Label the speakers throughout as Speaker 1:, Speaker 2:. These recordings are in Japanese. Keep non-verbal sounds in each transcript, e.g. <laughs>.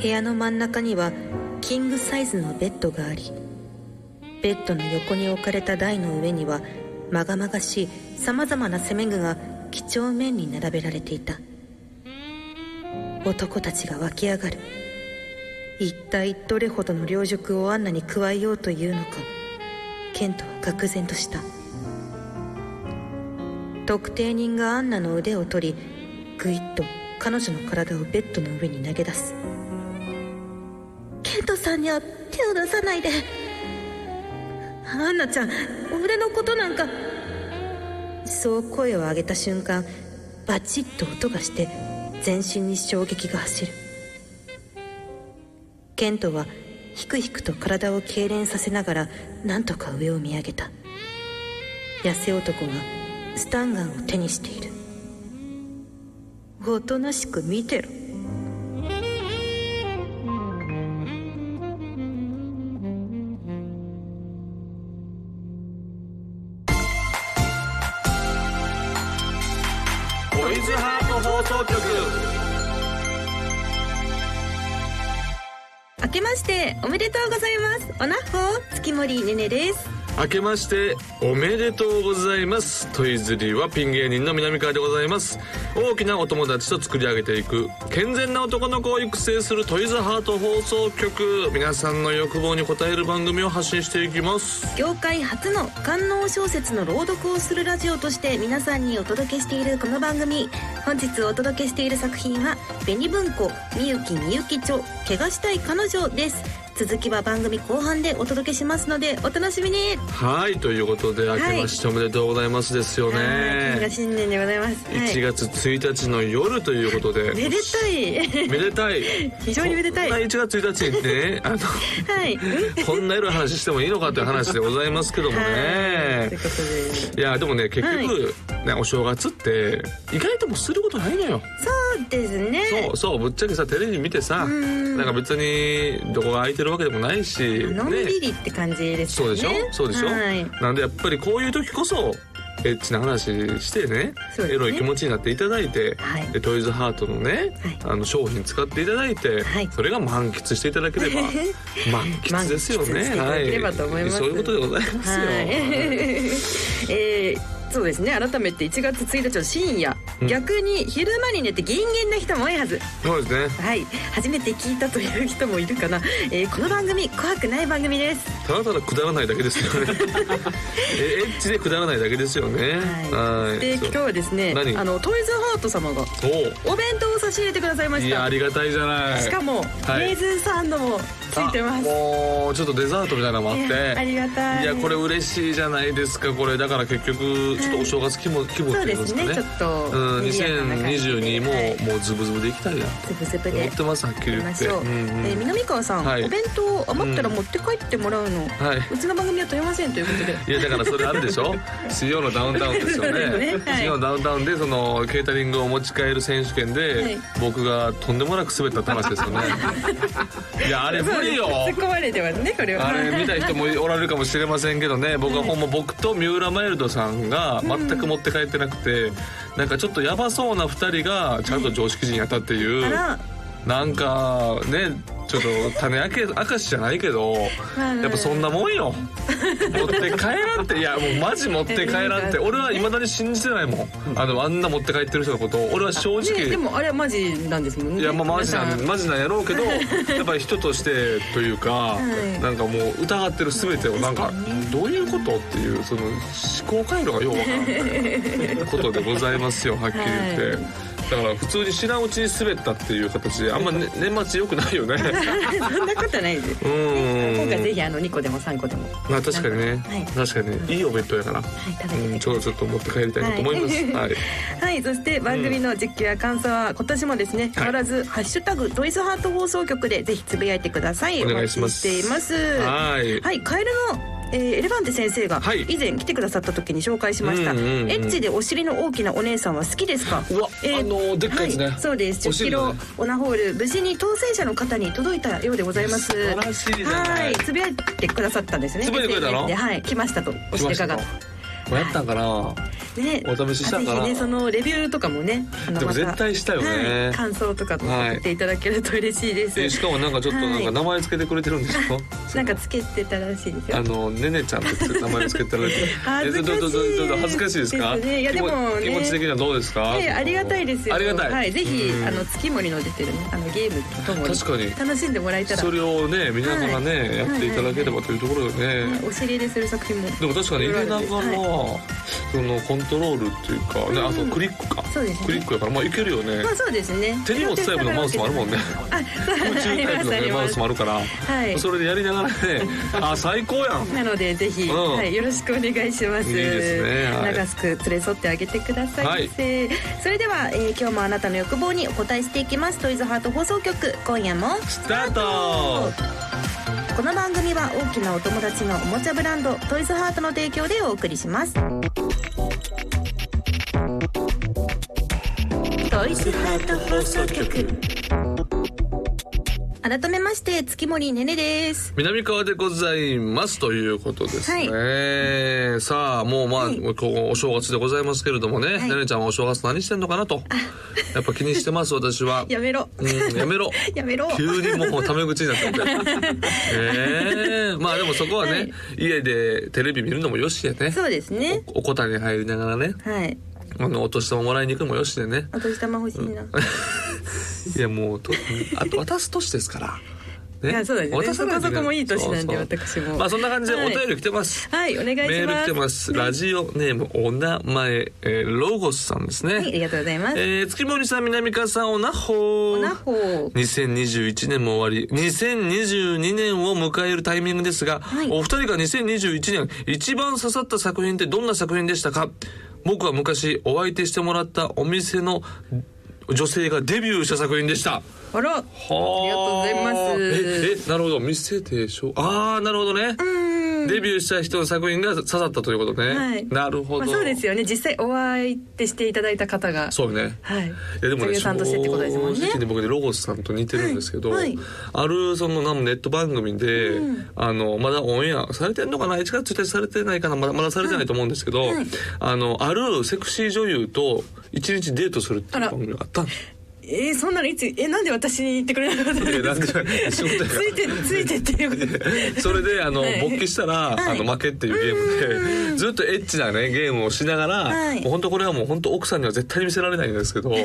Speaker 1: 部屋の真ん中にはキングサイズのベッドがありベッドの横に置かれた台の上にはまがまがしいさまざまな攻め具が几帳面に並べられていた男たちが湧き上がる一体どれほどの凌辱をアンナに加えようというのかケントは愕然とした特定人がアンナの腕を取りぐいっと彼女の体をベッドの上に投げ出すケントさんには手を出さないでアンナちゃん俺のことなんかそう声を上げた瞬間バチッと音がして全身に衝撃が走るケントはひくひくと体を痙攣させながらなんとか上を見上げた痩せ男がスタンガンを手にしているおとなしく見てろ
Speaker 2: トイズハート放送局
Speaker 1: 明けましておめでとうございますおなほ月森ねねです
Speaker 2: 明けましておめでとうございますトイズリーはピン芸人の南川でございます大きなお友達と作り上げていく健全な男の子を育成するトイズハート放送局皆さんの欲望に応える番組を発信していきます
Speaker 1: 業界初の官能小説の朗読をするラジオとして皆さんにお届けしているこの番組本日お届けしている作品は「紅文庫みゆきみゆき著怪我したい彼女」です続きは番組後半でお届けしますのでお楽しみに
Speaker 2: はいということで明けましておめでとうございますですよね、
Speaker 1: はい金が新年でございます、はい
Speaker 2: 1月1日の夜ということで
Speaker 1: めでた
Speaker 2: <laughs>
Speaker 1: い
Speaker 2: めでたい
Speaker 1: 非常にめでたい
Speaker 2: こんな1月1日にねあの
Speaker 1: はいうん
Speaker 2: こんな色の話してもいいのかという話でございますけども
Speaker 1: はい
Speaker 2: ね
Speaker 1: ということで
Speaker 2: いやでもね結局、ねお正月って意外ともうすることないのよ、
Speaker 1: そうですね
Speaker 2: そうそうぶっちゃけさテレビ見てさ
Speaker 1: ん
Speaker 2: なんか別にどこが空いてるわけでもないし
Speaker 1: のんび
Speaker 2: ね
Speaker 1: りって感じです
Speaker 2: そ
Speaker 1: よ
Speaker 2: う
Speaker 1: ね
Speaker 2: でしょ、そうでしょ、
Speaker 1: はい
Speaker 2: なんでやっぱりこういう時こそエッチな話してね
Speaker 1: そうですね
Speaker 2: エロい気持ちになっていただいて、
Speaker 1: はい
Speaker 2: でトイズハートのね、
Speaker 1: はい
Speaker 2: あの商品使っていただいて、
Speaker 1: はい
Speaker 2: それが満喫していただけ
Speaker 1: <laughs>
Speaker 2: れば満喫ですよ
Speaker 1: 満喫
Speaker 2: ね
Speaker 1: していただければと思います
Speaker 2: そういうことでございますよ、
Speaker 1: はいえーそうですね改めて1月1日の深夜、
Speaker 2: うん
Speaker 1: 逆に昼間に寝てギンギンな人も多いはず
Speaker 2: そうですね
Speaker 1: はい初めて聞いたという人もいるかな、えーこの番組怖くない番組です
Speaker 2: ただただくだらないだけですよねえエッチでくだらないだけですよね
Speaker 1: はい、
Speaker 2: はい
Speaker 1: で
Speaker 2: そ
Speaker 1: 今
Speaker 2: う
Speaker 1: 日はですね
Speaker 2: 何
Speaker 1: あのトイズハート様が
Speaker 2: そう
Speaker 1: お弁当を差し入れてくださいまし
Speaker 2: いや
Speaker 1: た
Speaker 2: ありがたいじゃない
Speaker 1: しかも、
Speaker 2: はい
Speaker 1: レーズンサンドもついてます
Speaker 2: あもうちょっとデザートみたいなのもあっ
Speaker 1: いやあ
Speaker 2: て
Speaker 1: りがたい
Speaker 2: いやこれ嬉しいじゃないですかこれだから結局ちょっとお正月気分気分っ
Speaker 1: そう
Speaker 2: て
Speaker 1: で
Speaker 2: いうんですすか
Speaker 1: ね
Speaker 2: ね
Speaker 1: ちょっと
Speaker 2: うん
Speaker 1: 賑やかな感じで
Speaker 2: 2022も
Speaker 1: はい、
Speaker 2: もうズブズブでいきたいな
Speaker 1: つぶつぶ
Speaker 2: 思
Speaker 1: で
Speaker 2: ってますはっき
Speaker 1: や
Speaker 2: り
Speaker 1: り
Speaker 2: 言
Speaker 1: ま
Speaker 2: って
Speaker 1: しょう、
Speaker 2: う
Speaker 1: え
Speaker 2: んうん
Speaker 1: ー南川さん、
Speaker 2: はい
Speaker 1: お弁当余ったら持って帰ってもらうの、
Speaker 2: はいう
Speaker 1: ちの番組は問いませんということで
Speaker 2: いやだからそれあるでしょ水曜のダウンタウンですよ
Speaker 1: そうで
Speaker 2: ね
Speaker 1: すねはい
Speaker 2: 水曜のダウンタウンでそのケータリングを持ち帰る選手権で、
Speaker 1: はい
Speaker 2: 僕がとんでもなく滑ったって話ですよね
Speaker 1: <laughs>
Speaker 2: いやあれ無理よ
Speaker 1: 突っ込まれてますねこれは <laughs>
Speaker 2: あれ見た人もおられるかもしれませんけどね僕はほんま僕と三浦マイルドさんが全く持って帰ってなくて、なんかちょっとヤバそうな2人がちゃんと常識人やったっていう、
Speaker 1: あら
Speaker 2: なんかねちょっと種明け明かしじゃないけど
Speaker 1: はい
Speaker 2: やっぱそんなもんよ持って帰らんっていやもうマジ持って帰らんって俺はいまだに信じてないもんあのあんな持って帰ってる人のことを俺は正
Speaker 1: ねで
Speaker 2: 直
Speaker 1: もあれはマジなんですもんね
Speaker 2: いやまあマジな
Speaker 1: 皆
Speaker 2: ん
Speaker 1: さん
Speaker 2: マジなんやろうけどやっぱり人としてというか
Speaker 1: い
Speaker 2: なんかもう疑ってる全てをなんかどういうことっていうその思考回路がようわからんってことでございますよはっきり言って。
Speaker 1: は
Speaker 2: だから普通に知らんうちに滑ったっていう形であんま、ね、年末良くないよ
Speaker 1: <laughs> <laughs>
Speaker 2: ね
Speaker 1: そんなことないです
Speaker 2: うーん
Speaker 1: 今回ぜひあの2個でも3個でも、は
Speaker 2: まあ確かにね、
Speaker 1: はい
Speaker 2: 確かにいいお弁当やから、
Speaker 1: い、食べてください
Speaker 2: うん、ちょちょっと持って帰りたいなと思います、
Speaker 1: は
Speaker 2: はいい、
Speaker 1: はい、そして番組の実況や感想は今年もですね、変わらず「ハッシュタグトイズハート放送局」でぜひつぶやいてください
Speaker 2: お願いします
Speaker 1: お待ちしています
Speaker 2: はい
Speaker 1: はいカエルのえーエレファンテ先生が
Speaker 2: はい
Speaker 1: 以前来てくださった時に紹介しました、
Speaker 2: うんうんうん
Speaker 1: エッチでお尻の大きなお姉さんは好きですか
Speaker 2: うわ
Speaker 1: ー
Speaker 2: あのーでっかいやつね
Speaker 1: はそうです
Speaker 2: お
Speaker 1: 1 0キ
Speaker 2: 尻の
Speaker 1: ロ
Speaker 2: ね
Speaker 1: オナホール無事に当選者の方に届いたようでございます
Speaker 2: 素晴らしいじゃない
Speaker 1: はいつぶやいてくださったんですね
Speaker 2: つぶやいてくれたの
Speaker 1: SNS ではい来ましたとお尻かが
Speaker 2: 来ましたかもうやったんかな、
Speaker 1: いね
Speaker 2: お試ししたんか
Speaker 1: あ
Speaker 2: な
Speaker 1: ぜひねそのレビューとかもねあの
Speaker 2: でも
Speaker 1: また
Speaker 2: 絶対したよね
Speaker 1: はい、感想とか送っていただけると嬉しいです、
Speaker 2: えしかもなんかちょっとなん
Speaker 1: は
Speaker 2: か
Speaker 1: い
Speaker 2: 名前つけてくれてるんでしょ、
Speaker 1: <laughs> なんかつけてたらしいですよ
Speaker 2: あのねねちゃんって名前つけてられて
Speaker 1: 恥ずかしい
Speaker 2: えちょっとちょっとちょっと恥ずかしいですか
Speaker 1: ですねいやでもね
Speaker 2: 気持気持ち的にはどうですか、
Speaker 1: はい、ありがたいですよ。
Speaker 2: ありがたい、
Speaker 1: はい、ぜひ
Speaker 2: うん
Speaker 1: あの月森の出てるねあのゲームとともに
Speaker 2: 確かに
Speaker 1: 楽しんでもらえたら、
Speaker 2: それをね見ながらね、
Speaker 1: はい
Speaker 2: やっていただければというところでね、
Speaker 1: ねお知り入れする作品も
Speaker 2: でも確かに入れながら、
Speaker 1: は
Speaker 2: そのコントロールっていうか、ね
Speaker 1: うん
Speaker 2: あとクリックか、
Speaker 1: そうですね
Speaker 2: クリックやからまあいけるよね
Speaker 1: まあそうですね。
Speaker 2: 手に持つタイプのマウスもあるもんね
Speaker 1: <laughs> あ、そう
Speaker 2: 空中タイプの、
Speaker 1: あ
Speaker 2: ね、
Speaker 1: り
Speaker 2: マウ
Speaker 1: ま
Speaker 2: ス
Speaker 1: す
Speaker 2: もあるから、
Speaker 1: はい。
Speaker 2: それでやりながらねあ最高やん
Speaker 1: なのでぜひ、
Speaker 2: うん
Speaker 1: はい、よろしくお願いします
Speaker 2: いいですねはい
Speaker 1: 長く連れ添ってあげてくださいませ、それでは、えー今日もあなたの欲望にお答えしていきますトイズハート放送局今夜も
Speaker 2: スタート
Speaker 1: この番組は大きなお友達のおもちゃブランドトイズハートの提供でお送りしますトイズハート放送局改めまして月森ねねです
Speaker 2: 南川でございますということですね、さあもうまあ、
Speaker 1: はい
Speaker 2: こうお正月でございますけれどもね、
Speaker 1: はい
Speaker 2: ねねちゃんはお正月何してんのかなとやっぱ気にしてます
Speaker 1: <laughs>
Speaker 2: 私は
Speaker 1: やめろ
Speaker 2: うん、やめろ
Speaker 1: やめろ
Speaker 2: 急にもうタメ口になってみたいええまあでもそこはね、
Speaker 1: はい
Speaker 2: 家でテレビ見るのもよしでね
Speaker 1: そうですね
Speaker 2: おこたに入りながらね
Speaker 1: はい
Speaker 2: あのお年玉もらいに行くのもよしでね
Speaker 1: お年玉欲しいな、
Speaker 2: いやもうと <laughs> あと渡す年ですから、
Speaker 1: いやそうですね
Speaker 2: 渡さないと
Speaker 1: そこそこもいい年なんで
Speaker 2: そうそう
Speaker 1: 私も
Speaker 2: まあそんな感じで
Speaker 1: はい
Speaker 2: お便り来てます、
Speaker 1: はいお願いします
Speaker 2: メール来てます、ラジオネームお名前、えーロゴスさんですね、
Speaker 1: はいありがとうございます、
Speaker 2: えー月森さん南川さんおなほー
Speaker 1: おなほー
Speaker 2: 2021年も終わり2022年を迎えるタイミングですが、
Speaker 1: はい
Speaker 2: お二人が2021年一番刺さった作品ってどんな作品でしたか僕は昔お相手してもらったお店の女性がデビューした作品でした
Speaker 1: あらありがとうございます
Speaker 2: ええなるほど店でしょああなるほどね
Speaker 1: うん
Speaker 2: デビューした人の作品が刺さったということね、
Speaker 1: はい
Speaker 2: なるほど、
Speaker 1: まあ、そうですよね実際お相手していただいた方が
Speaker 2: そうね
Speaker 1: はい
Speaker 2: いやでも
Speaker 1: 女
Speaker 2: ね、
Speaker 1: 優
Speaker 2: 正
Speaker 1: さんとしてってことですもんね
Speaker 2: 直ね僕ねロゴスさんと似てるんですけど、
Speaker 1: はいはい
Speaker 2: あるそのなんネット番組で、
Speaker 1: うん
Speaker 2: あのまだオンエアされてんのかな1月1日されてないかなまだまだされてないと思うんですけど、
Speaker 1: はいはい
Speaker 2: あのあるセクシー女優と一日デートするっていう番組があったんです
Speaker 1: えー、そんなのいつえなんで私に言ってくれなかったん
Speaker 2: い
Speaker 1: で
Speaker 2: や
Speaker 1: す
Speaker 2: な
Speaker 1: か
Speaker 2: んで仕事やか
Speaker 1: <laughs> ついてついてっていうこと
Speaker 2: ら <laughs> それであの、
Speaker 1: はい
Speaker 2: 勃起したら、
Speaker 1: はい
Speaker 2: あの負けっていうゲームでずっとエッチなねゲームをしながら、
Speaker 1: はい
Speaker 2: もう本当これはもう本当奥さんには絶対に見せられないんですけどまあ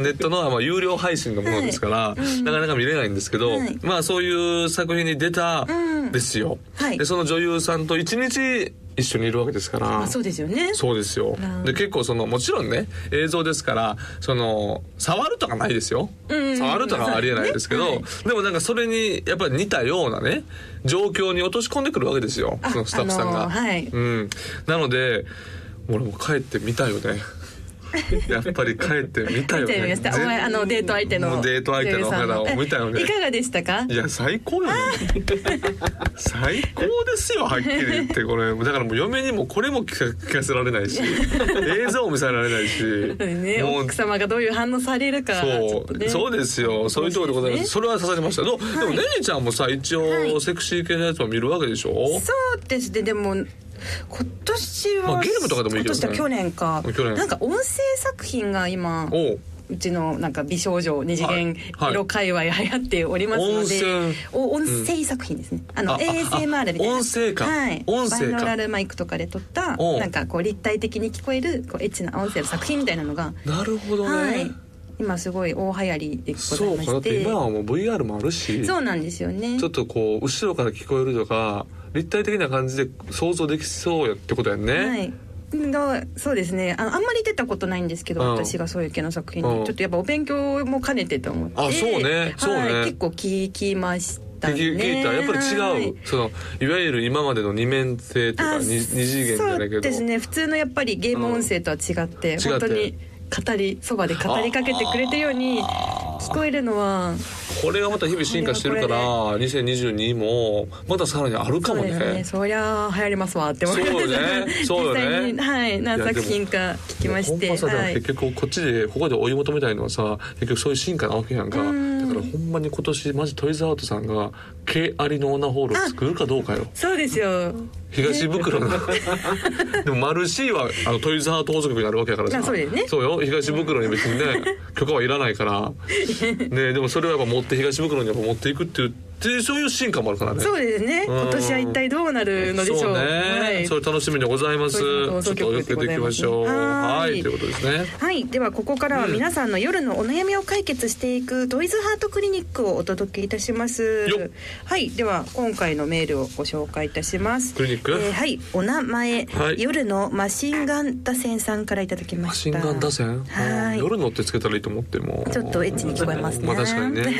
Speaker 2: ネットのまあ有料配信のものですから、なかなか見れないんですけど、
Speaker 1: はい
Speaker 2: まあそういう作品に出た
Speaker 1: うん
Speaker 2: んですよ。
Speaker 1: はい
Speaker 2: でその女優さんと一日一緒にいるわけですから。
Speaker 1: あそうですよね
Speaker 2: そうですよ
Speaker 1: なるほど
Speaker 2: で結構そのもちろんね映像ですからその触るとかないですよ、
Speaker 1: うんうんうん
Speaker 2: 触るとかはありえないですけど、
Speaker 1: ねはい
Speaker 2: でもなんかそれにやっぱり似たようなね状況に落とし込んでくるわけですよ
Speaker 1: あ
Speaker 2: そのスタッフさんが、
Speaker 1: あのーはい
Speaker 2: うん、なので俺も帰ってみたよ
Speaker 1: <laughs>
Speaker 2: ねやっぱり帰ってみた
Speaker 1: 見
Speaker 2: よ
Speaker 1: てみま
Speaker 2: ね
Speaker 1: したお前あのデート相手の
Speaker 2: デート相手の肌
Speaker 1: 女優さん
Speaker 2: を
Speaker 1: の
Speaker 2: 見たよね
Speaker 1: えいかがでしたか
Speaker 2: いや最高やね最高ですよはっきり言ってこれだからもう嫁にもこれも聞か聞かせられな
Speaker 1: <laughs>
Speaker 2: いし映像も見せられないし
Speaker 1: ね、
Speaker 2: もう
Speaker 1: 奥様がどういう反応されるかちょ
Speaker 2: そ
Speaker 1: っと
Speaker 2: う、
Speaker 1: ね
Speaker 2: そうですよそういうところでございます
Speaker 1: ね
Speaker 2: それは刺さりましたでも、でもねねちゃんもさ一
Speaker 1: はい
Speaker 2: 応セクシー系のやつも見るわけでしょ、
Speaker 1: そうですねでも今年は、
Speaker 2: まあゲームとかでもいいけ
Speaker 1: 今
Speaker 2: どね
Speaker 1: 年と去年か
Speaker 2: 去年
Speaker 1: なんか音声作品が今
Speaker 2: おう
Speaker 1: うちのなんか美少女二次元
Speaker 2: はい
Speaker 1: 色界隈流行っておりますので、
Speaker 2: 音
Speaker 1: お音声作品ですね、あの
Speaker 2: あああ
Speaker 1: ASMR みたいな
Speaker 2: 音声か
Speaker 1: はい、
Speaker 2: 音声か
Speaker 1: バイノラルマイクとかで撮った
Speaker 2: おう
Speaker 1: なんかこう立体的に聞こえるこうエッチな音声の作品みたいなのが、
Speaker 2: なるほどね、
Speaker 1: はい、今すごい大流行りでござ
Speaker 2: そ
Speaker 1: いうま
Speaker 2: かだっ
Speaker 1: してて
Speaker 2: 今はもう VR もあるし
Speaker 1: そうなんですよね
Speaker 2: ちょっとこう後ろから聞こえるとか立体的な感じで想像できそうやってことやんね、
Speaker 1: はいがそうですねああんまり出たことないんですけど、
Speaker 2: うん
Speaker 1: 私がそういう系の作品
Speaker 2: う
Speaker 1: に
Speaker 2: ん
Speaker 1: ちょっとやっぱお勉強も兼ねてと思って
Speaker 2: あそうね
Speaker 1: はい
Speaker 2: そうね
Speaker 1: 結構聞きましたね
Speaker 2: 聞いたやっぱり違う、
Speaker 1: はい
Speaker 2: そのいわゆる今までの二面性と
Speaker 1: あ
Speaker 2: か二二次元じゃないけ
Speaker 1: そ
Speaker 2: ど
Speaker 1: うですね普通のやっぱりゲーム音声とは違って、
Speaker 2: ん
Speaker 1: 本当
Speaker 2: 違っ
Speaker 1: に語りそばで語りかけてくれたように聞こえるのは
Speaker 2: これがまた日々進化してるから2022もまたさらにあるか
Speaker 1: そう
Speaker 2: も
Speaker 1: ですね
Speaker 2: ね
Speaker 1: そりゃ流行りますわって思いま
Speaker 2: そうね
Speaker 1: す
Speaker 2: そうよね
Speaker 1: <laughs> 実際に、はい、何作品か聞きまして
Speaker 2: ほんまさ、でも
Speaker 1: はい
Speaker 2: 結局こっちでここで追い求めたいのはさ結局そういう進化なわけやんか、
Speaker 1: うん
Speaker 2: だかからほんまに今年マジトイズアウトさんが毛ありのオナホールを作るかどうかよ
Speaker 1: そうですよ
Speaker 2: 東袋の <laughs> でもマルシーはあのトイズハート法則になるわけやから
Speaker 1: まあそうですね
Speaker 2: そうよ東袋に別にね許可はいらないからねでもそれをやっぱ持って東袋にやっぱ持っていくっていうでそういう進化もあるからね
Speaker 1: そうですね
Speaker 2: うん
Speaker 1: 今年は一体どうなるのでしょう
Speaker 2: そうね、
Speaker 1: はい
Speaker 2: それ楽しみでございます
Speaker 1: そういう放
Speaker 2: ち
Speaker 1: 送
Speaker 2: ょっと
Speaker 1: 局
Speaker 2: よ
Speaker 1: で
Speaker 2: け
Speaker 1: ご
Speaker 2: てい
Speaker 1: ざ
Speaker 2: き
Speaker 1: い
Speaker 2: ま
Speaker 1: ますね
Speaker 2: しょう
Speaker 1: は
Speaker 2: は
Speaker 1: ーい
Speaker 2: いということですね
Speaker 1: はい、ではここからは皆さんの夜のお悩みを解決していくトイズハートクリニックをお届けいたします
Speaker 2: よっ。
Speaker 1: はい、では今回のメールをご紹介いたします。
Speaker 2: クリニック
Speaker 1: えーはい、お名前、
Speaker 2: はい
Speaker 1: 夜のマシンガン打線さんからいただきま
Speaker 2: マ
Speaker 1: し
Speaker 2: シン
Speaker 1: た。
Speaker 2: ガン打線
Speaker 1: はい。
Speaker 2: 夜のってつけたらいいと思っても
Speaker 1: ちょっとエッチに聞こえますね
Speaker 2: まあ確かにねはい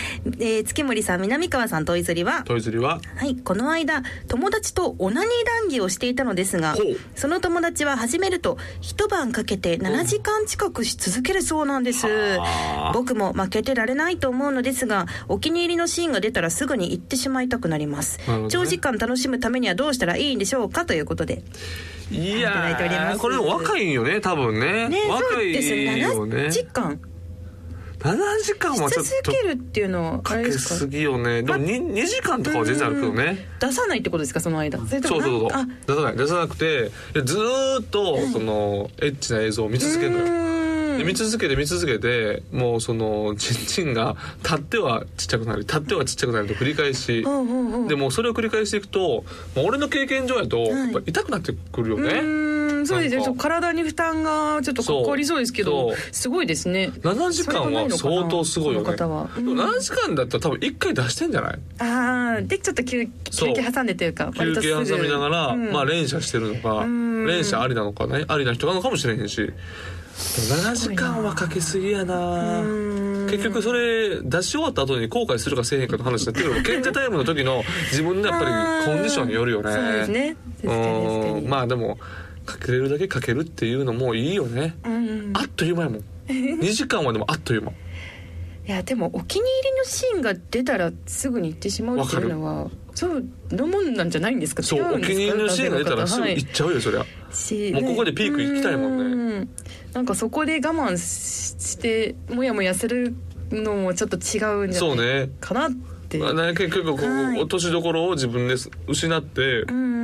Speaker 1: <laughs> えー月森さん、南川さん、トイズリは。
Speaker 2: トイズリは
Speaker 1: はい、この間友達とオナニー談義をしていたのですが
Speaker 2: ほう
Speaker 1: その友達は始めると一晩かけて7時間近くし続けるそうなんです
Speaker 2: はあ
Speaker 1: 僕も負けてられないと思うのですがお気に入りのシーンが出たらすぐに行ってしまいたくなります、
Speaker 2: なるほどね
Speaker 1: 長時間楽しむためにはどうしたらいいんでしょうかということで
Speaker 2: い
Speaker 1: いただいており
Speaker 2: や
Speaker 1: ま
Speaker 2: ー
Speaker 1: す
Speaker 2: これ若いんよね多分ね
Speaker 1: ねそ
Speaker 2: 若
Speaker 1: うです
Speaker 2: いよね
Speaker 1: 7時間
Speaker 2: 7時間
Speaker 1: し
Speaker 2: はちょっ
Speaker 1: 続
Speaker 2: と
Speaker 1: けるっていうのはあ
Speaker 2: か
Speaker 1: れ
Speaker 2: け
Speaker 1: です
Speaker 2: す
Speaker 1: か
Speaker 2: ぎよねでも 2, 二時間とかは全然あるけどね
Speaker 1: 出さないってことですかその間それと
Speaker 2: そ
Speaker 1: も
Speaker 2: うそうそう
Speaker 1: なん
Speaker 2: 出さない出さなくてでずーっとそのエッチな映像を見続けるのよ、
Speaker 1: あうーん
Speaker 2: で見続けて見続けてもうそのチンチンが立ってはちっちゃくなり立ってはちっちゃくなりと繰り返し、
Speaker 1: うんうんうん
Speaker 2: でもうそれを繰り返していくと、まあ、俺の経験上やとやっぱ痛くなってくるよね、
Speaker 1: うーんそうですね
Speaker 2: なんか
Speaker 1: ちょっと体に負担がちょっとかかりそうですけど
Speaker 2: そう
Speaker 1: すごいですね
Speaker 2: 7時間は相当すごいよね
Speaker 1: それがないのかなこ
Speaker 2: でも
Speaker 1: の方は、
Speaker 2: 7時間だったら多分1回出してんじゃない
Speaker 1: ああーでちょっと休
Speaker 2: そう
Speaker 1: 休憩挟んでというか
Speaker 2: 休憩挟みながら、まあ、連射してるのか
Speaker 1: うん
Speaker 2: 連射ありなのかねありな人なのかもしれへんしでも7時間はかけすぎやな結局それ出し終わった後に後悔するかせえへんかの話になってくるけど賢者タイムの時の自分のやっぱりコンディションによるよね
Speaker 1: そうですね確かに確か
Speaker 2: う
Speaker 1: に
Speaker 2: んまあでもかけれるだけかけるっていうのもいいよね
Speaker 1: うん
Speaker 2: あっという間や
Speaker 1: <laughs>
Speaker 2: もん2時間はでもあっという間
Speaker 1: いやでもお気に入りのシーンが出たらすぐに行ってしまうっていうのはそうのもんなんじゃないんですか
Speaker 2: そ
Speaker 1: 違
Speaker 2: うお
Speaker 1: んです
Speaker 2: 気
Speaker 1: か
Speaker 2: に入りのシーンが出たらすぐ
Speaker 1: はい
Speaker 2: 行っちゃうよそりゃ
Speaker 1: し
Speaker 2: もうここでピーク行きたいもんね
Speaker 1: ねなんかそこで我慢ししてモヤモヤするのもちょっと違うんじゃ
Speaker 2: そう
Speaker 1: ない
Speaker 2: ね
Speaker 1: かなって
Speaker 2: まあね結局こ
Speaker 1: は
Speaker 2: う
Speaker 1: い
Speaker 2: 落としどころを自分で失って
Speaker 1: うん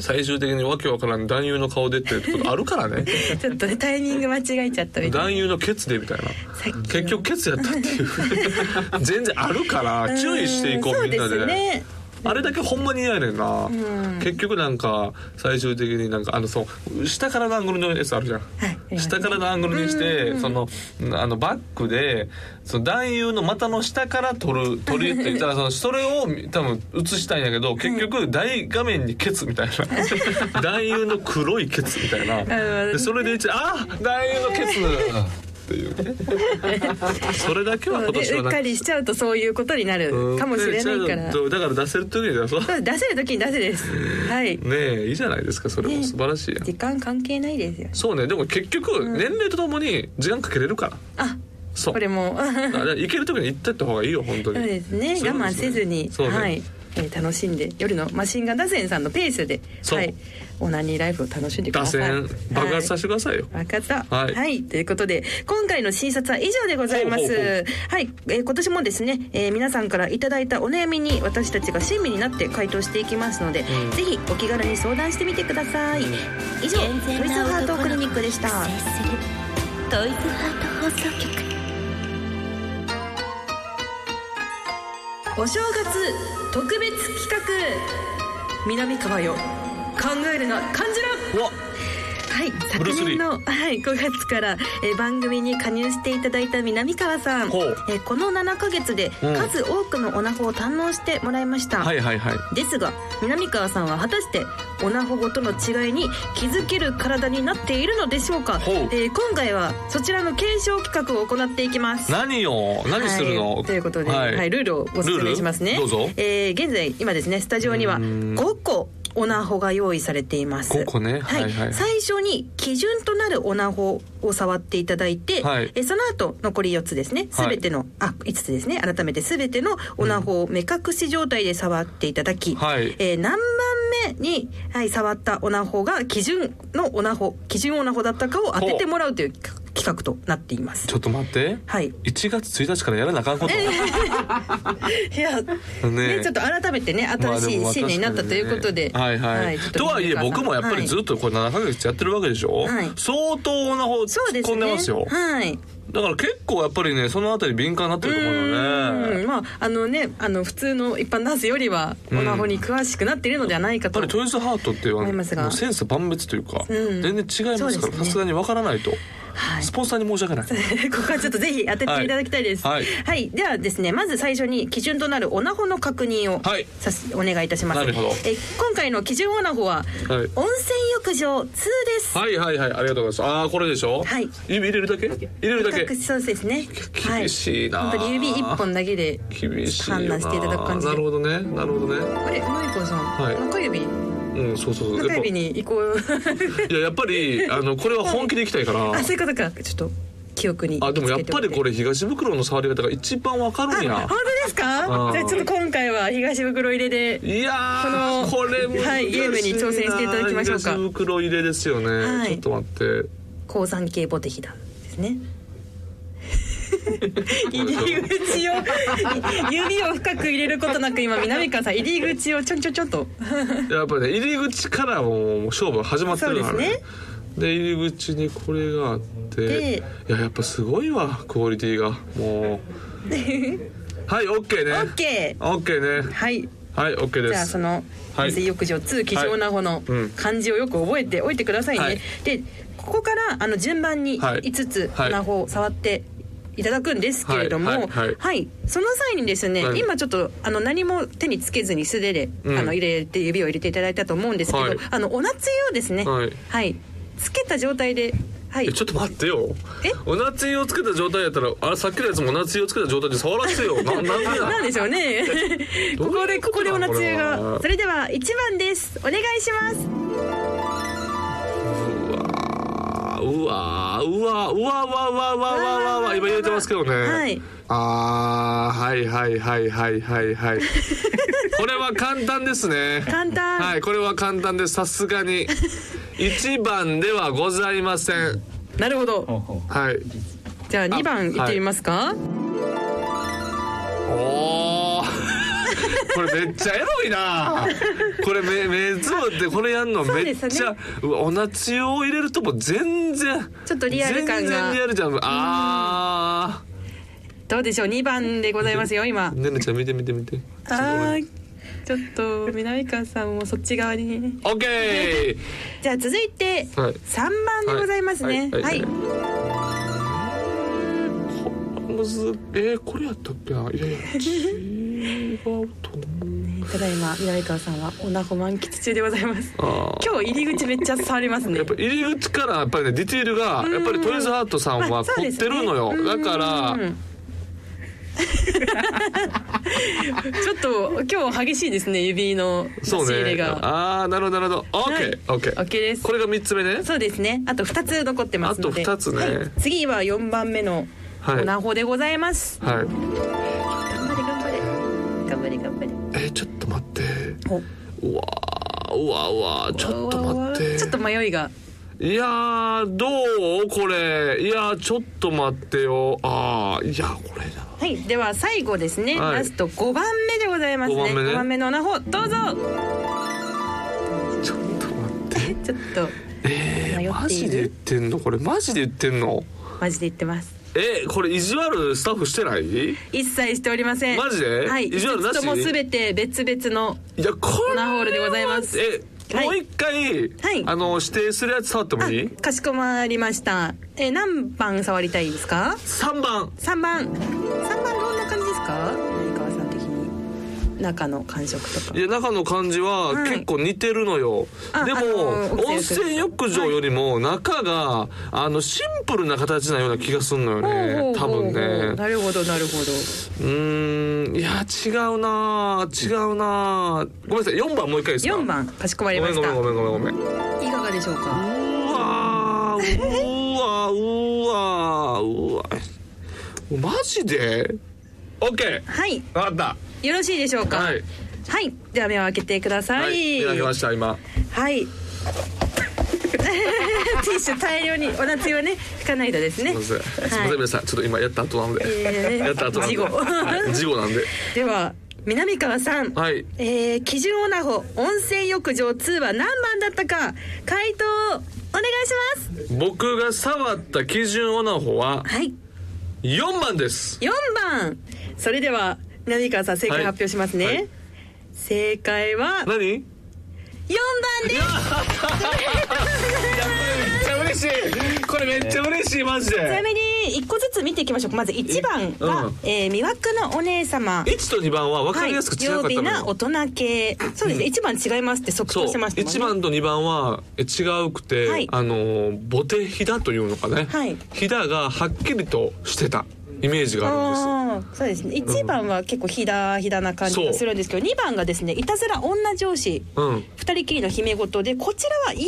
Speaker 2: 最終的にわけわからん男優の顔出てるってことあるか
Speaker 1: <laughs>
Speaker 2: らね
Speaker 1: ちょっとねタイミング間違えちゃったみたい
Speaker 2: 男優のケツでみたいな
Speaker 1: なさっきの
Speaker 2: 結局ケツやったって
Speaker 1: <laughs>
Speaker 2: いう全然あるから注意していこうみんな
Speaker 1: そ
Speaker 2: で
Speaker 1: うですね
Speaker 2: あれだけほんまに嫌やねんな、
Speaker 1: ん
Speaker 2: 結局なんか最終的になんかあのそう下からのアングルのやつあるじゃん、
Speaker 1: はい
Speaker 2: 下からのアングルにしてそのあのバックでその男優の股の下から撮る撮りって
Speaker 1: <laughs>
Speaker 2: 言ったらそのそれを多分映したいんやけど結局大画面にケツみたい
Speaker 1: <laughs>
Speaker 2: な男優の黒いケツみたいな
Speaker 1: うん
Speaker 2: でそれで一応あ男優のケツっていう
Speaker 1: <laughs>
Speaker 2: ねそれだけは
Speaker 1: そう
Speaker 2: 今年
Speaker 1: で
Speaker 2: は
Speaker 1: うっ
Speaker 2: な
Speaker 1: かりしちゃうとそういうことになるかもしれないから
Speaker 2: うんだから出せる時にはそう
Speaker 1: そう出せる時に出せですはい
Speaker 2: ねえいいじゃないですかそれも
Speaker 1: ね
Speaker 2: 素晴らしいやん、
Speaker 1: 時間関係ないですよ
Speaker 2: そうねでも結局年齢とともに時間かけれるから、
Speaker 1: あ
Speaker 2: そう
Speaker 1: これも
Speaker 2: だから行ける時に行ってった方がいいよ本当に
Speaker 1: そうですね
Speaker 2: そうですね
Speaker 1: 我慢せずに、
Speaker 2: そうね
Speaker 1: はい、えー楽しんで夜のマシンガン打線さんのペースで、
Speaker 2: そう
Speaker 1: はい、オナニーライフを楽しんでく
Speaker 2: 打
Speaker 1: ださい
Speaker 2: 線爆発さ
Speaker 1: はい
Speaker 2: せてくださいよ、
Speaker 1: わかった、
Speaker 2: は
Speaker 1: はいい、ということで今回の診察は以上でございま
Speaker 2: ほうほうほ
Speaker 1: すはい、えー今年もですね、えー皆さんからいただいたお悩みに私たちが親身になって回答していきますので、
Speaker 2: うん
Speaker 1: ぜひお気軽に相談してみてください、以上
Speaker 3: 健
Speaker 1: ト
Speaker 3: 全
Speaker 1: イズ
Speaker 3: な
Speaker 1: ハート
Speaker 3: 男
Speaker 1: クリ
Speaker 3: の
Speaker 1: ニッ
Speaker 3: 子
Speaker 1: ク
Speaker 3: を
Speaker 1: で
Speaker 3: 育成
Speaker 1: し
Speaker 3: す
Speaker 1: た
Speaker 3: るトイズハート放送局
Speaker 1: お正月特別企画南川よ考えるな感じろ
Speaker 2: うわ
Speaker 1: はい、
Speaker 2: ブ
Speaker 1: 昨
Speaker 2: ルースリ
Speaker 1: 年
Speaker 2: ー
Speaker 1: の、はい、5月から、えー番組に加入していただいた南川さん、え
Speaker 2: ほう
Speaker 1: ーこの7ヶ月で
Speaker 2: うん
Speaker 1: 数多くのオナホを堪能してもらいました、
Speaker 2: はいはいはい
Speaker 1: ですが南川さんは果たしてオナホごとの違いに気づける体になっているのでしょうか、
Speaker 2: ほう
Speaker 1: えー今回はそちらの検証企画を行っていきます
Speaker 2: 何を何するの、
Speaker 1: はい、ということで、はいルールをご説明しますね
Speaker 2: ルールどうぞ
Speaker 1: えー現在今ですねスタジオには
Speaker 2: うん
Speaker 1: 5個オナホが用意されています
Speaker 2: 5個ね
Speaker 1: はい
Speaker 2: はいはい
Speaker 1: 最初に基準となるオナホを触っていただいて、
Speaker 2: はい
Speaker 1: えーその後残り4つですね
Speaker 2: はい
Speaker 1: 全ての、あ5つですね改めて全てのオナホを目隠し状態で触っていただき、
Speaker 2: はい
Speaker 1: えー何番目に、はい、触ったオナホが基準のオナホ基準オナホだったかを当ててもらうという企企画となっています
Speaker 2: ちょっと待って
Speaker 1: はい
Speaker 2: 1月1日からやらなあかんこと、
Speaker 1: いや、ね
Speaker 2: ね
Speaker 1: ちょっと改めてね新しい新年になったということで、
Speaker 2: まあもまあ確かにねはいはい
Speaker 1: ちょっ
Speaker 2: とはいえ僕もやっぱりず
Speaker 1: は
Speaker 2: っとこれ7ヶ月やってるわけでしょ、
Speaker 1: はい
Speaker 2: 相当な方
Speaker 1: いそう
Speaker 2: 突っ
Speaker 1: です
Speaker 2: 込んで
Speaker 1: ね
Speaker 2: ますよ
Speaker 1: はい
Speaker 2: だから結構やっぱりねそのあたり敏感になってると思うよね
Speaker 1: うんまああのねあの普通の一般ナースよりはオナホに詳しくなっているのではないか
Speaker 2: やっぱ
Speaker 1: と
Speaker 2: りトイズハートっていうのは
Speaker 1: 思いますが
Speaker 2: もうセンス万別というか、
Speaker 1: うん
Speaker 2: 全然違います
Speaker 1: そう
Speaker 2: か
Speaker 1: ですね
Speaker 2: らさすがにわからないと、
Speaker 1: はい <laughs>
Speaker 2: スポンサーに申し訳ない
Speaker 1: ここはちょっとぜひ当てていただきたいです。
Speaker 2: は
Speaker 1: はいい、ではですね、まず最初に基準となるオナホの確認を
Speaker 2: はい
Speaker 1: さす、お願いいたします。
Speaker 2: なるほど
Speaker 1: え今回の基準オナホは、
Speaker 2: はい
Speaker 1: 温泉浴場2です。
Speaker 2: はいはいはいありがとうございますああこれでしょ
Speaker 1: はい
Speaker 2: 指入れるだけ入れるだけ
Speaker 1: 比較そうですね。
Speaker 2: 厳しいな
Speaker 1: はい、本当に指一本だけで
Speaker 2: 厳しいよ
Speaker 1: 判
Speaker 2: な
Speaker 1: 断していただく感じ
Speaker 2: な
Speaker 1: で。
Speaker 2: るほどねなるほどね
Speaker 1: あれマイコさん、
Speaker 2: はい
Speaker 1: 中指
Speaker 2: うんそうそうそ
Speaker 1: 中
Speaker 2: うやっぱ
Speaker 1: 指に移行。
Speaker 2: いややっぱりあのこれは本気でいきたいから
Speaker 1: <laughs> あそういうことか。ちょっと記憶に。
Speaker 2: あでもやっぱりこ
Speaker 1: れ。
Speaker 2: れ東袋の触り方が一番わかるん
Speaker 1: あ
Speaker 2: や
Speaker 1: 本当ですか
Speaker 2: う。ん
Speaker 1: じゃあちょっと今回は東袋入れで。
Speaker 2: いやー
Speaker 1: こ
Speaker 2: こ
Speaker 1: の
Speaker 2: れ難しいな
Speaker 1: はいゲームに挑戦していただきましょうか
Speaker 2: 東袋入れですよね、
Speaker 1: はい
Speaker 2: ちょっと待って
Speaker 1: 鉱山系ボテヒダです
Speaker 2: <laughs>
Speaker 1: ね。入り口
Speaker 2: <laughs>
Speaker 1: を指を深く入れることなく今南川さん入り口をちょんちょんちょんと
Speaker 2: やっぱりね入り口からもう勝負始まってるから
Speaker 1: そ
Speaker 2: ね
Speaker 1: う
Speaker 2: で
Speaker 1: ですね
Speaker 2: 入り口にこれがあって
Speaker 1: で
Speaker 2: いややっぱすごいわクオリティがもうはいオッケーね
Speaker 1: オッケ
Speaker 2: オッケーね
Speaker 1: ーはい
Speaker 2: はいオッケーです
Speaker 1: じゃあその
Speaker 2: はい
Speaker 1: 水浴場2気象なほの
Speaker 2: うん
Speaker 1: 漢字をよく覚えておいてくださいね、
Speaker 2: はい
Speaker 1: でここからあの順番に
Speaker 2: はい
Speaker 1: 5つ
Speaker 2: はい
Speaker 1: なほを触っていただくんですけれども
Speaker 2: は
Speaker 1: はいい、
Speaker 2: はいはい
Speaker 1: その際にですね、
Speaker 2: はい
Speaker 1: 今ちょっとあの何も手につけずに素手で、
Speaker 2: うん
Speaker 1: あの入れて指を入れていただいたと思うんですけど、
Speaker 2: はい
Speaker 1: あのお夏用ですね
Speaker 2: はい
Speaker 1: つけた状態ではい
Speaker 2: えちょっと待ってよ
Speaker 1: え
Speaker 2: おなつゆをつけた状態やったらあれさっきのやつもおなつゆをつけた状態で触らせてよななんでなん
Speaker 1: なんでしょうね
Speaker 2: <laughs> ど
Speaker 1: こ
Speaker 2: う
Speaker 1: こ
Speaker 2: い
Speaker 1: で
Speaker 2: うこ
Speaker 1: ことこ
Speaker 2: な
Speaker 1: でお夏用
Speaker 2: これは
Speaker 1: がそれでは1番ですお願いします
Speaker 2: うわーうわーうわーうわーうわーうわーうわーうわーうわーうわー今入れてますけどね、
Speaker 1: はい
Speaker 2: あーはいはいはいはいはいはいこれは簡単ですね
Speaker 1: 簡単
Speaker 2: はいこれは簡単ですさす
Speaker 1: <laughs>
Speaker 2: がに一番ではございません
Speaker 1: なるほ
Speaker 4: ほ
Speaker 1: ど
Speaker 4: うほう
Speaker 2: はい
Speaker 1: じゃあ2
Speaker 2: はい
Speaker 1: 番行ってみますか、
Speaker 2: おー <laughs> これめっちゃエロいなこれ目目つぶってこれやんの
Speaker 1: そう
Speaker 2: め
Speaker 1: で
Speaker 2: っ
Speaker 1: すね
Speaker 2: ちゃ、うわおなつゆを入れるとも全然
Speaker 1: ちょっとリアル感が
Speaker 2: 全然リアルじゃんあ
Speaker 1: どうでしょう2番でございますよ今
Speaker 2: ーねねちゃん見て見て見て
Speaker 1: あーちょっと南川さんもそっち側にね
Speaker 2: オ
Speaker 1: <laughs>
Speaker 2: ッケ
Speaker 1: じゃあ続いて
Speaker 2: はい
Speaker 1: 3番
Speaker 2: ー
Speaker 1: でございますねはい、
Speaker 2: むずえー、これやったっけないやいや違うと思う
Speaker 1: <laughs> ただいま南川さんはおなほ満喫中でございます
Speaker 2: あー
Speaker 1: 今日入り口めっちゃ触りますね
Speaker 2: やっぱ入り口からやっぱりねディテールがやっぱりトイズハートさん
Speaker 1: ま
Speaker 2: は
Speaker 1: あそう
Speaker 2: 凝
Speaker 1: で
Speaker 2: っ
Speaker 1: す
Speaker 2: て
Speaker 1: ね
Speaker 2: るのよ、
Speaker 1: うん <laughs>
Speaker 2: だから
Speaker 1: ちょっと今日激しいですね指の差
Speaker 2: そ
Speaker 1: し入
Speaker 2: う
Speaker 1: れ
Speaker 2: ね
Speaker 1: が、
Speaker 2: ああなるほどなるほどオッケーオッケ
Speaker 1: オッケーです
Speaker 2: これが三つ目ね
Speaker 1: そうですねあと2つ残ってますので
Speaker 2: あと二つね
Speaker 1: はい次は4番目の
Speaker 2: はい
Speaker 1: おなほでございます、
Speaker 2: はい
Speaker 1: 頑張れ頑張れ頑張れ頑張れ
Speaker 2: えー、ちょっと待って
Speaker 1: お
Speaker 2: うわーうわうわちょっと待って
Speaker 1: ちょっと迷いが
Speaker 2: いやーどうこれいやーちょっと待ってよあーいやこれだ
Speaker 1: はいでは最後ですね、
Speaker 2: はい
Speaker 1: ラスト5番目でございますね
Speaker 2: 五番目ね
Speaker 1: 五番目のナホどうぞ
Speaker 2: ちょっと待って
Speaker 1: ちょっと
Speaker 2: え
Speaker 1: 迷ってい
Speaker 2: ー、
Speaker 1: る
Speaker 2: マジで言ってんのこれマジで言ってんの
Speaker 1: マジで言ってます
Speaker 2: えこれ意地悪スタッフしてないい
Speaker 1: 一切しておりません
Speaker 2: マジで
Speaker 1: はい
Speaker 2: 意地悪なし
Speaker 1: 五つとも全て別々の
Speaker 2: やこれ
Speaker 1: ナホールでございます
Speaker 2: え
Speaker 1: はい
Speaker 2: もう一回、
Speaker 1: はい
Speaker 2: あの指定するやつ触ってもいい
Speaker 1: あかしこまりましたえー何番触りたいですか
Speaker 2: 三番
Speaker 1: 三番三番どんな感じですか何川さん的に中の感触とか
Speaker 2: いや中の感じは
Speaker 1: はい
Speaker 2: 結構似てるのよ、
Speaker 1: あ
Speaker 2: でも、
Speaker 1: あのー
Speaker 2: 温泉浴場よりも中が、あのシンプルな形なような気がするのよね
Speaker 1: ほうほ
Speaker 2: 多
Speaker 1: うほうほう
Speaker 2: 分ね
Speaker 1: なるほどなるほど
Speaker 2: うーんいや違うな違うなごめんなさい4番もう一回いいですか
Speaker 1: 四番かしこ
Speaker 2: ご
Speaker 1: ま
Speaker 2: め
Speaker 1: りま
Speaker 2: ん
Speaker 1: し
Speaker 2: ごめん
Speaker 1: た
Speaker 2: ごめんごめんごめんう
Speaker 1: いかがでしょうか
Speaker 2: わーうわーうわーうわーマジで ?OK
Speaker 1: はい
Speaker 2: 分かった
Speaker 1: よろしいでしょうか
Speaker 2: は
Speaker 1: はいい、では目を開けてください <laughs>
Speaker 2: はい、いただきました今
Speaker 1: はいティッシュ大量にお夏用はね拭かないとですね
Speaker 2: すいません、すいません皆さんちょっと今やった後なの
Speaker 1: いやいやい
Speaker 2: で
Speaker 1: や
Speaker 2: やった後なんで
Speaker 1: 事後
Speaker 2: はい事後なんで
Speaker 1: では南川さん、
Speaker 2: はい
Speaker 1: えー基準オナホ温泉浴場2は何番だったか回答お願いします
Speaker 2: 僕が触った基準オナホは
Speaker 1: はい
Speaker 2: 4番です
Speaker 1: 4番それでは南川さん正解
Speaker 2: はい
Speaker 1: 発表しますね、
Speaker 2: はい
Speaker 1: 正解は4番
Speaker 2: 何
Speaker 1: です
Speaker 2: めっちゃ嬉しいこれめっちゃ嬉しいマジ
Speaker 1: ちな
Speaker 2: で
Speaker 1: みに一個ずつ見ていきましょうまず1番が、
Speaker 2: うん
Speaker 1: えー魅惑のお姉様
Speaker 2: 1と2番は分かりやすく違うか
Speaker 1: 曜
Speaker 2: った
Speaker 1: 日
Speaker 2: の
Speaker 1: な大
Speaker 2: よ
Speaker 1: 人系そうですね、一1番違いますって即答
Speaker 2: そう
Speaker 1: してましたもんね
Speaker 2: 1番と2番はえ違うくて、
Speaker 1: はい
Speaker 2: あのーボテヒダというのかね、
Speaker 1: はい
Speaker 2: ヒダがはっきりとしてたイメージがあるんです
Speaker 1: あーそうですね1番は結構ひだひだな感じがするんですけど2番がですねいたずら女上司
Speaker 2: うん
Speaker 1: 二人きりの姫事でこちらはイ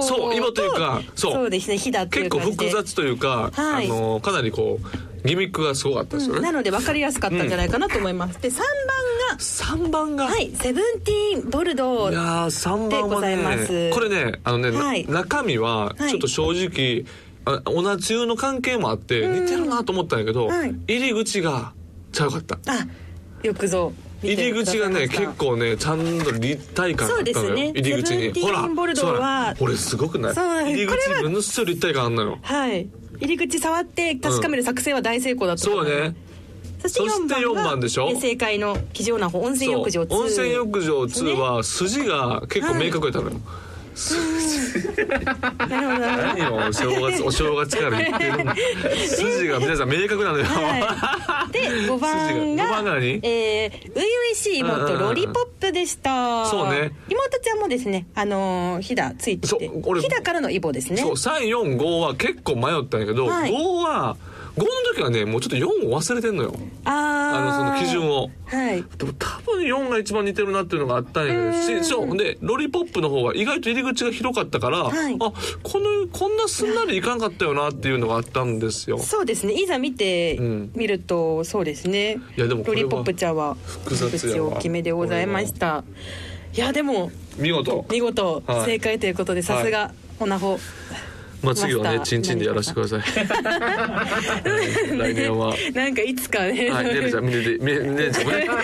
Speaker 1: ボ
Speaker 2: そうイボというかそう
Speaker 1: そうですねひだってい
Speaker 2: 結
Speaker 1: う
Speaker 2: 構
Speaker 1: 感じで
Speaker 2: 複雑というか、
Speaker 1: はい
Speaker 2: あのーかなりこうギミックがすごかったですよ
Speaker 1: うん
Speaker 2: ね、
Speaker 1: なので分かりやすかったんじゃないかなと思います、で3番
Speaker 2: 3番が、
Speaker 1: がはいセブンティーンボルドー
Speaker 2: いやー三番は
Speaker 1: でございます
Speaker 2: ねこれねあのね、な
Speaker 1: はい
Speaker 2: 中身は
Speaker 1: はい
Speaker 2: ちょっと正直、あ同じ湯の関係もあって
Speaker 1: うん
Speaker 2: 似てるなと思ったんやけど、
Speaker 1: はい
Speaker 2: 入り口がちゃうかった
Speaker 1: あよくぞ見
Speaker 2: 入
Speaker 1: て
Speaker 2: り
Speaker 1: くださ
Speaker 2: 口
Speaker 1: い
Speaker 2: が
Speaker 1: ま
Speaker 2: ね
Speaker 1: した
Speaker 2: 結構ねちゃんと立体感があったの
Speaker 1: そう
Speaker 2: よ、
Speaker 1: ですね
Speaker 2: 入り口
Speaker 1: セブンテ
Speaker 2: に
Speaker 1: ィーン
Speaker 2: ほら
Speaker 1: ボルドー
Speaker 2: そう
Speaker 1: は
Speaker 2: なこれすごくない
Speaker 1: そうなん
Speaker 2: 入り
Speaker 1: これは
Speaker 2: 口ものすごい立体感あんのよ
Speaker 1: はい入り口触って確かめる作戦は大成功だったと
Speaker 2: そ
Speaker 1: 思
Speaker 2: う
Speaker 1: います、
Speaker 2: ね
Speaker 1: そして
Speaker 2: そして
Speaker 1: 4
Speaker 2: 4
Speaker 1: 番
Speaker 2: 番
Speaker 1: が
Speaker 2: でしょ
Speaker 1: え正解の基準な方温泉
Speaker 2: そう
Speaker 1: 浴場2
Speaker 2: 温泉浴場2は筋が結構明確やったのよ、
Speaker 1: なるほどなるほど
Speaker 2: 何をお正
Speaker 1: <laughs>
Speaker 2: 月お正月から言ってるんだ筋が皆さん明確なのよ、 <laughs>
Speaker 1: はい、で5番が
Speaker 2: 五番が何
Speaker 1: えー、初々しい妹ロリポップでした
Speaker 2: そうね
Speaker 1: 妹ちゃんもですねあのーひだついてきて
Speaker 2: そう俺
Speaker 1: ひだからのイボですね
Speaker 2: そう345は結構迷ったんやけど、
Speaker 1: はい
Speaker 2: 5は5の時はねもうちょっと4を忘れてんのよ
Speaker 1: あ
Speaker 2: あのその基準
Speaker 1: を
Speaker 2: を。
Speaker 1: はい
Speaker 2: でも多分4が一番似てるなっていうのがあったんやけ
Speaker 1: う
Speaker 2: ど
Speaker 1: ん
Speaker 2: しそうほんでロリポップの方が意外と入り口が広かったから、
Speaker 1: はい
Speaker 2: あこのこんなすんなりいかんかったよなっていうのがあったんですよ
Speaker 1: そうですねいざ見て
Speaker 2: うん
Speaker 1: みると、そうですね
Speaker 2: いやでもこ
Speaker 1: ロ
Speaker 2: れは
Speaker 1: リポップちゃんは
Speaker 2: 複雑やわ
Speaker 1: 大きめでございましたいやでも
Speaker 2: 見事
Speaker 1: 見事
Speaker 2: はい
Speaker 1: 正解ということで、さすがオナホ
Speaker 2: まあ次はね
Speaker 1: マスター
Speaker 2: チンチンでやらせてくださいうん来年は。
Speaker 1: なんかいつかね、
Speaker 2: はい、
Speaker 1: <laughs> そうい
Speaker 2: ね
Speaker 1: う
Speaker 2: るちゃん見てて、みねるちゃんもね。いや、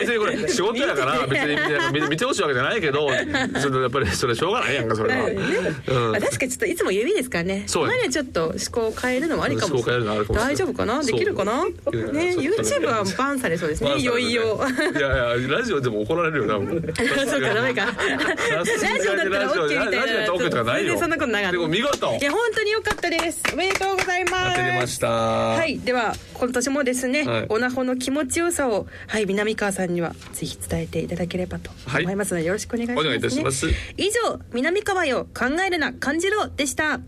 Speaker 2: 別にこれ仕事
Speaker 1: <laughs>
Speaker 2: やから、別に見てなんか見て見てほしいわけじゃないけど、ちょっとやっぱりそれしょうがないやんか、それは。
Speaker 1: はいね
Speaker 2: うん
Speaker 1: あ確かにちょっといつも指ですからね。
Speaker 2: そうや
Speaker 1: 前にはちょっと思考を変えるのもありかもしれ
Speaker 2: 思考を変えるの
Speaker 1: な
Speaker 2: あ
Speaker 1: い。
Speaker 2: るかもしれない
Speaker 1: 大丈夫かな？できるかな？ね
Speaker 2: そうできるかなちょっ
Speaker 1: YouTube
Speaker 2: とね
Speaker 1: はバンされそうです
Speaker 2: まあ
Speaker 1: ね。いよいよ。
Speaker 2: いやいや、ラジオでも怒られるよな、もう。
Speaker 1: <laughs>
Speaker 2: <laughs>
Speaker 1: そうかダメか。 <laughs> ラジオだったら OK みたいな。
Speaker 2: ラジオだったら OK とかないよ
Speaker 1: 全然そんなことなかっ
Speaker 2: でも
Speaker 1: た。
Speaker 2: 見事
Speaker 1: いや本当に良かったです。おめでとうございます。
Speaker 2: 当てれました。
Speaker 1: は、
Speaker 2: はい
Speaker 1: では今年もですね、
Speaker 2: はい
Speaker 1: オナホの気持ちよさをはい南川さんにはぜひ伝えていただければと思いますので、よろしくお願いします、ね。
Speaker 2: お願いいたします
Speaker 1: 以上南川よ考えるな感じろでした。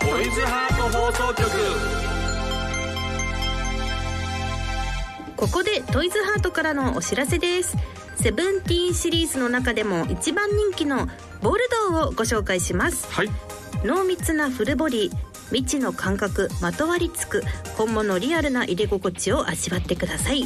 Speaker 2: トイズハート放送局。
Speaker 1: ここでトイズハートからのお知らせですセブンティーンシリーズの中でも一番人気のボルドーをご紹介します
Speaker 2: はい。
Speaker 1: 濃密なフルボディ未知の感覚まとわりつく本物リアルな入れ心地を味わってください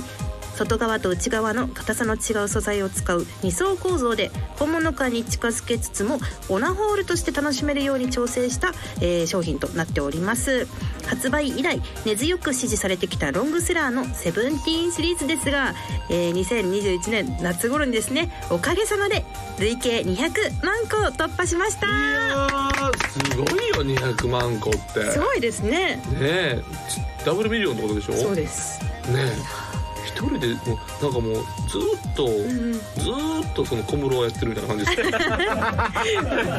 Speaker 1: 外側と内側の硬さの違う素材を使う2層構造で本物感に近づけつつもオナホールとして楽しめるように調整した、えー商品となっております発売以来根強く支持されてきたロングセラーの「セブンティーンシリーズですが、えー2021年夏頃にですねおかげさまで累計200万個を突破しました
Speaker 2: いやー、すごいよ、200万個って。
Speaker 1: すごいですね。
Speaker 2: ねえ、ダブルミリオンってことでしょ
Speaker 1: そうです。
Speaker 2: ねえ一人でもうなんかもうずーっと、
Speaker 1: ん
Speaker 2: ずーっとその小室をやってるみたいな感じです ね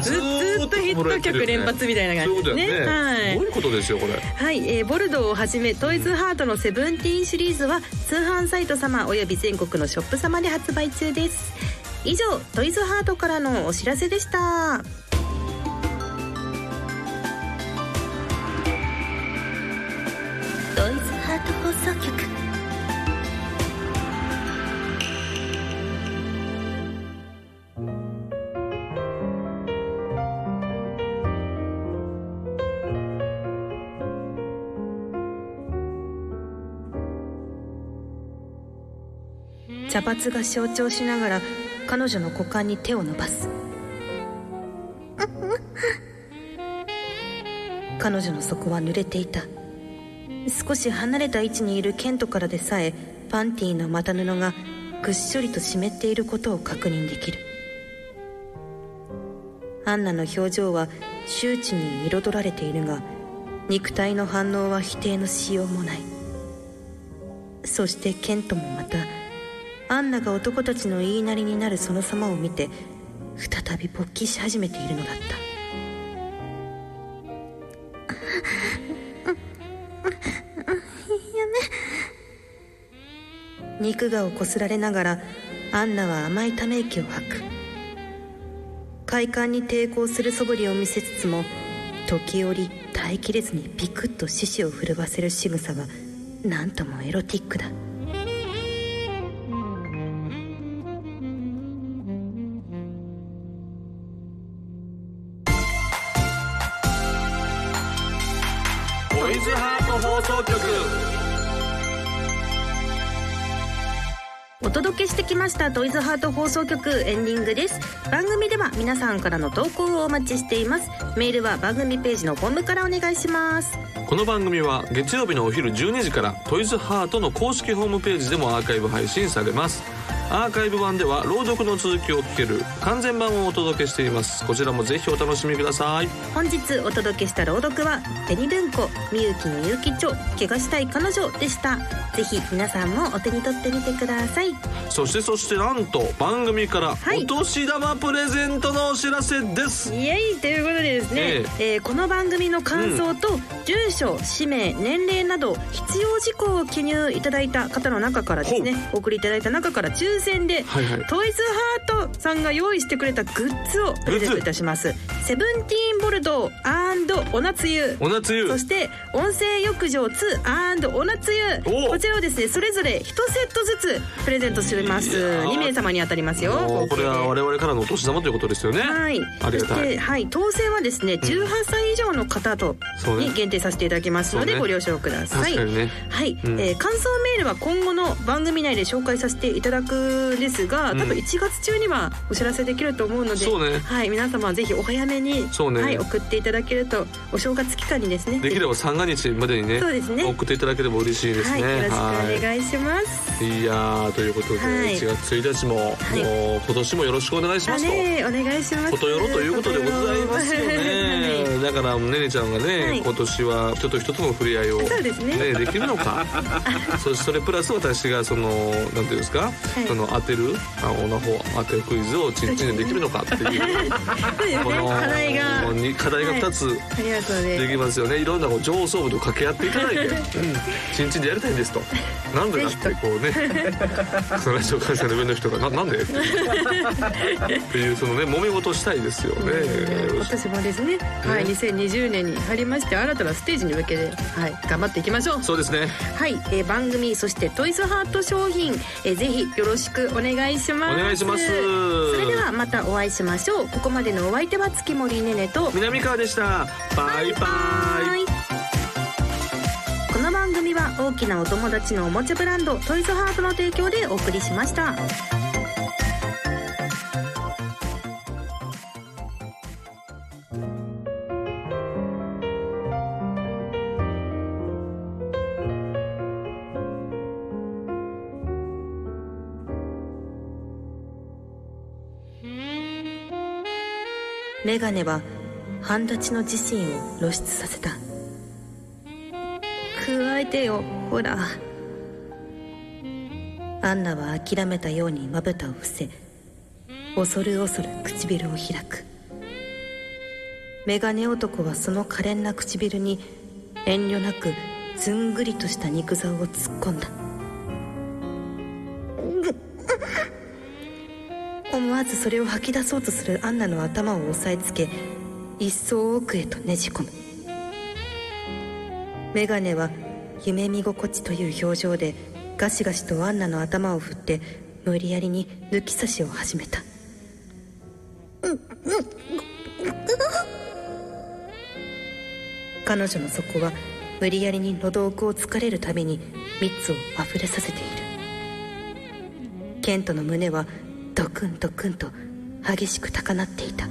Speaker 1: <laughs> ずずっとヒット曲連発みたいな
Speaker 2: そうい
Speaker 1: 感じ
Speaker 2: うこと
Speaker 1: です
Speaker 2: だ
Speaker 1: ね。
Speaker 2: よ
Speaker 1: は
Speaker 2: ね、
Speaker 1: い
Speaker 2: すごいことですよこれ
Speaker 1: はい、えーボルドーをはじめトイズハートのセブンティーンシリーズは通販サイト様および全国のショップ様で発売中です。以上トイズハートからのお知らせでした。トイズハート放送局。茶髪が象徴しながら彼女の股間に手を伸ばす <laughs> 彼女の底は濡れていた少し離れた位置にいるケントからでさえパンティーの股布がぐっしょりと湿っていることを確認できるアンナの表情は周知に彩られているが肉体の反応は否定のしようもないそしてケントもまたアンナが男たちの言いなりになるその様を見て再び勃起し始めているのだった肉がをこすられながらアンナは甘いため息を吐く快感に抵抗する素振りを見せつつも時折耐えきれずにピクッと獅子を震わせる仕草は何ともエロティックだ
Speaker 2: トイズハート放送局
Speaker 1: お届けしてきましたトイズハート放送局エンディングです番組では皆さんからの投稿をお待ちしていますメールは番組ページのホームからお願いします
Speaker 2: この番組は月曜日のお昼12時からトイズハートの公式ホームページでもアーカイブ配信されますアーカイブ版では朗読の続きを聞ける完全版をお届けしていますこちらもぜひお楽しみください
Speaker 1: 本日お届けした朗読は「紅文庫みゆきみゆきちょ怪我したい彼女」でしたぜひ皆さんもお手に取ってみてください
Speaker 2: そしてそしてなんと番組から
Speaker 1: はい
Speaker 2: お年玉プレゼントのお知らせです、
Speaker 1: イエイということでですね、えーこの番組の感想と住所、氏名年齢など必要事項を記入いただいた方の中からですねお送りいただいた中から抽選で、
Speaker 2: はいはい
Speaker 1: トイズハートさんが用意してくれたグッズをプレゼントいたしますセブンティーンボルドーおなつゆ
Speaker 2: お夏湯
Speaker 1: そして音声浴場 2& おなつゆ
Speaker 2: お
Speaker 1: こちらをですねそれぞれ1セットずつプレゼントします
Speaker 2: いやー
Speaker 1: 2名様に当たりますよ
Speaker 2: もうこれは
Speaker 1: 合計で
Speaker 2: 我々からのお年玉ということですよね
Speaker 1: はい、
Speaker 2: ありが
Speaker 1: そ
Speaker 2: た
Speaker 1: し
Speaker 2: い
Speaker 1: て、はい、当選はですね18歳以上の方と、
Speaker 2: そうね
Speaker 1: に限定させていただきますので、
Speaker 2: そうね
Speaker 1: ご了承ください
Speaker 2: 確かにね
Speaker 1: はい、
Speaker 2: ん
Speaker 1: えー感想メールは今後の番組内で紹介させていただくんですが多分
Speaker 2: うん
Speaker 1: 1月中にはお知らせできると思うので、
Speaker 2: そうね
Speaker 1: はい、皆様はぜひお早めに、
Speaker 2: そうね
Speaker 1: はい、送っていただけるとお正月期間にですね
Speaker 2: できれば三が日までにね
Speaker 1: そうですね
Speaker 2: 送っていただければ嬉しいです
Speaker 1: はい、
Speaker 2: ね
Speaker 1: よろしくお願いします。
Speaker 2: はいいやーということで、
Speaker 1: はい
Speaker 2: 1月1日も、
Speaker 1: い
Speaker 2: もう今年もよろしくお願いし
Speaker 1: あ
Speaker 2: ますと。
Speaker 1: ねえお願いします。
Speaker 2: ことよろということでございますよね
Speaker 1: <laughs> はい。
Speaker 2: だからねねちゃんがね、
Speaker 1: はい
Speaker 2: 今年は人と人との触れ合いを
Speaker 1: そうですね
Speaker 2: できるの
Speaker 1: <laughs>
Speaker 2: かそしてそれプラス私がそのなんていうんですか、
Speaker 1: い
Speaker 2: その当てるあオナホ当てるクイズをちんちんでできるのかっていう
Speaker 1: そう <laughs> ですね。課題が
Speaker 2: もうに課題が2つ
Speaker 1: ありがとう
Speaker 2: で
Speaker 1: ね。
Speaker 2: きますよね、い、ろんなこう上層部と掛け合っていただいて、うん、ちんちんでやりたいんですとなんでだってこうねそのラジオ関西の上の人がななんでっていうっていうそのね揉め事したいですよね、よろしく
Speaker 3: 私もですね、はい、2020年に入りまして新たなステージに向けて、はい、頑張っていきましょう
Speaker 2: そうですね
Speaker 1: はい、えー番組そしてトイズハート商品、えーぜひよろしくお願いします。
Speaker 2: お願いします
Speaker 1: それではまたお会いしましょう。ここまでのお相手は月森ねねと。
Speaker 2: 南川でしたバイバイ
Speaker 1: はいこの番組は大きなお友達のおもちゃブランドトイズハートの提供でお送りしました。メガネは半立ちの自身を露出させた加えてよほらアンナは諦めたようにまぶたを伏せ恐る恐る唇を開くメガネ男はその可憐な唇に遠慮なくずんぐりとした肉竿を突っ込んだ思わずそれを吐き出そうとするアンナの頭を押さえつけ一層奥へとねじ込むメガネは夢見心地という表情でガシガシとアンナの頭を振って無理やりに抜き差しを始めた彼女の底は無理やりに喉奥を突かれるたびに蜜を溢れさせている
Speaker 3: ケントの胸はドクンドクンと激しく高鳴っていた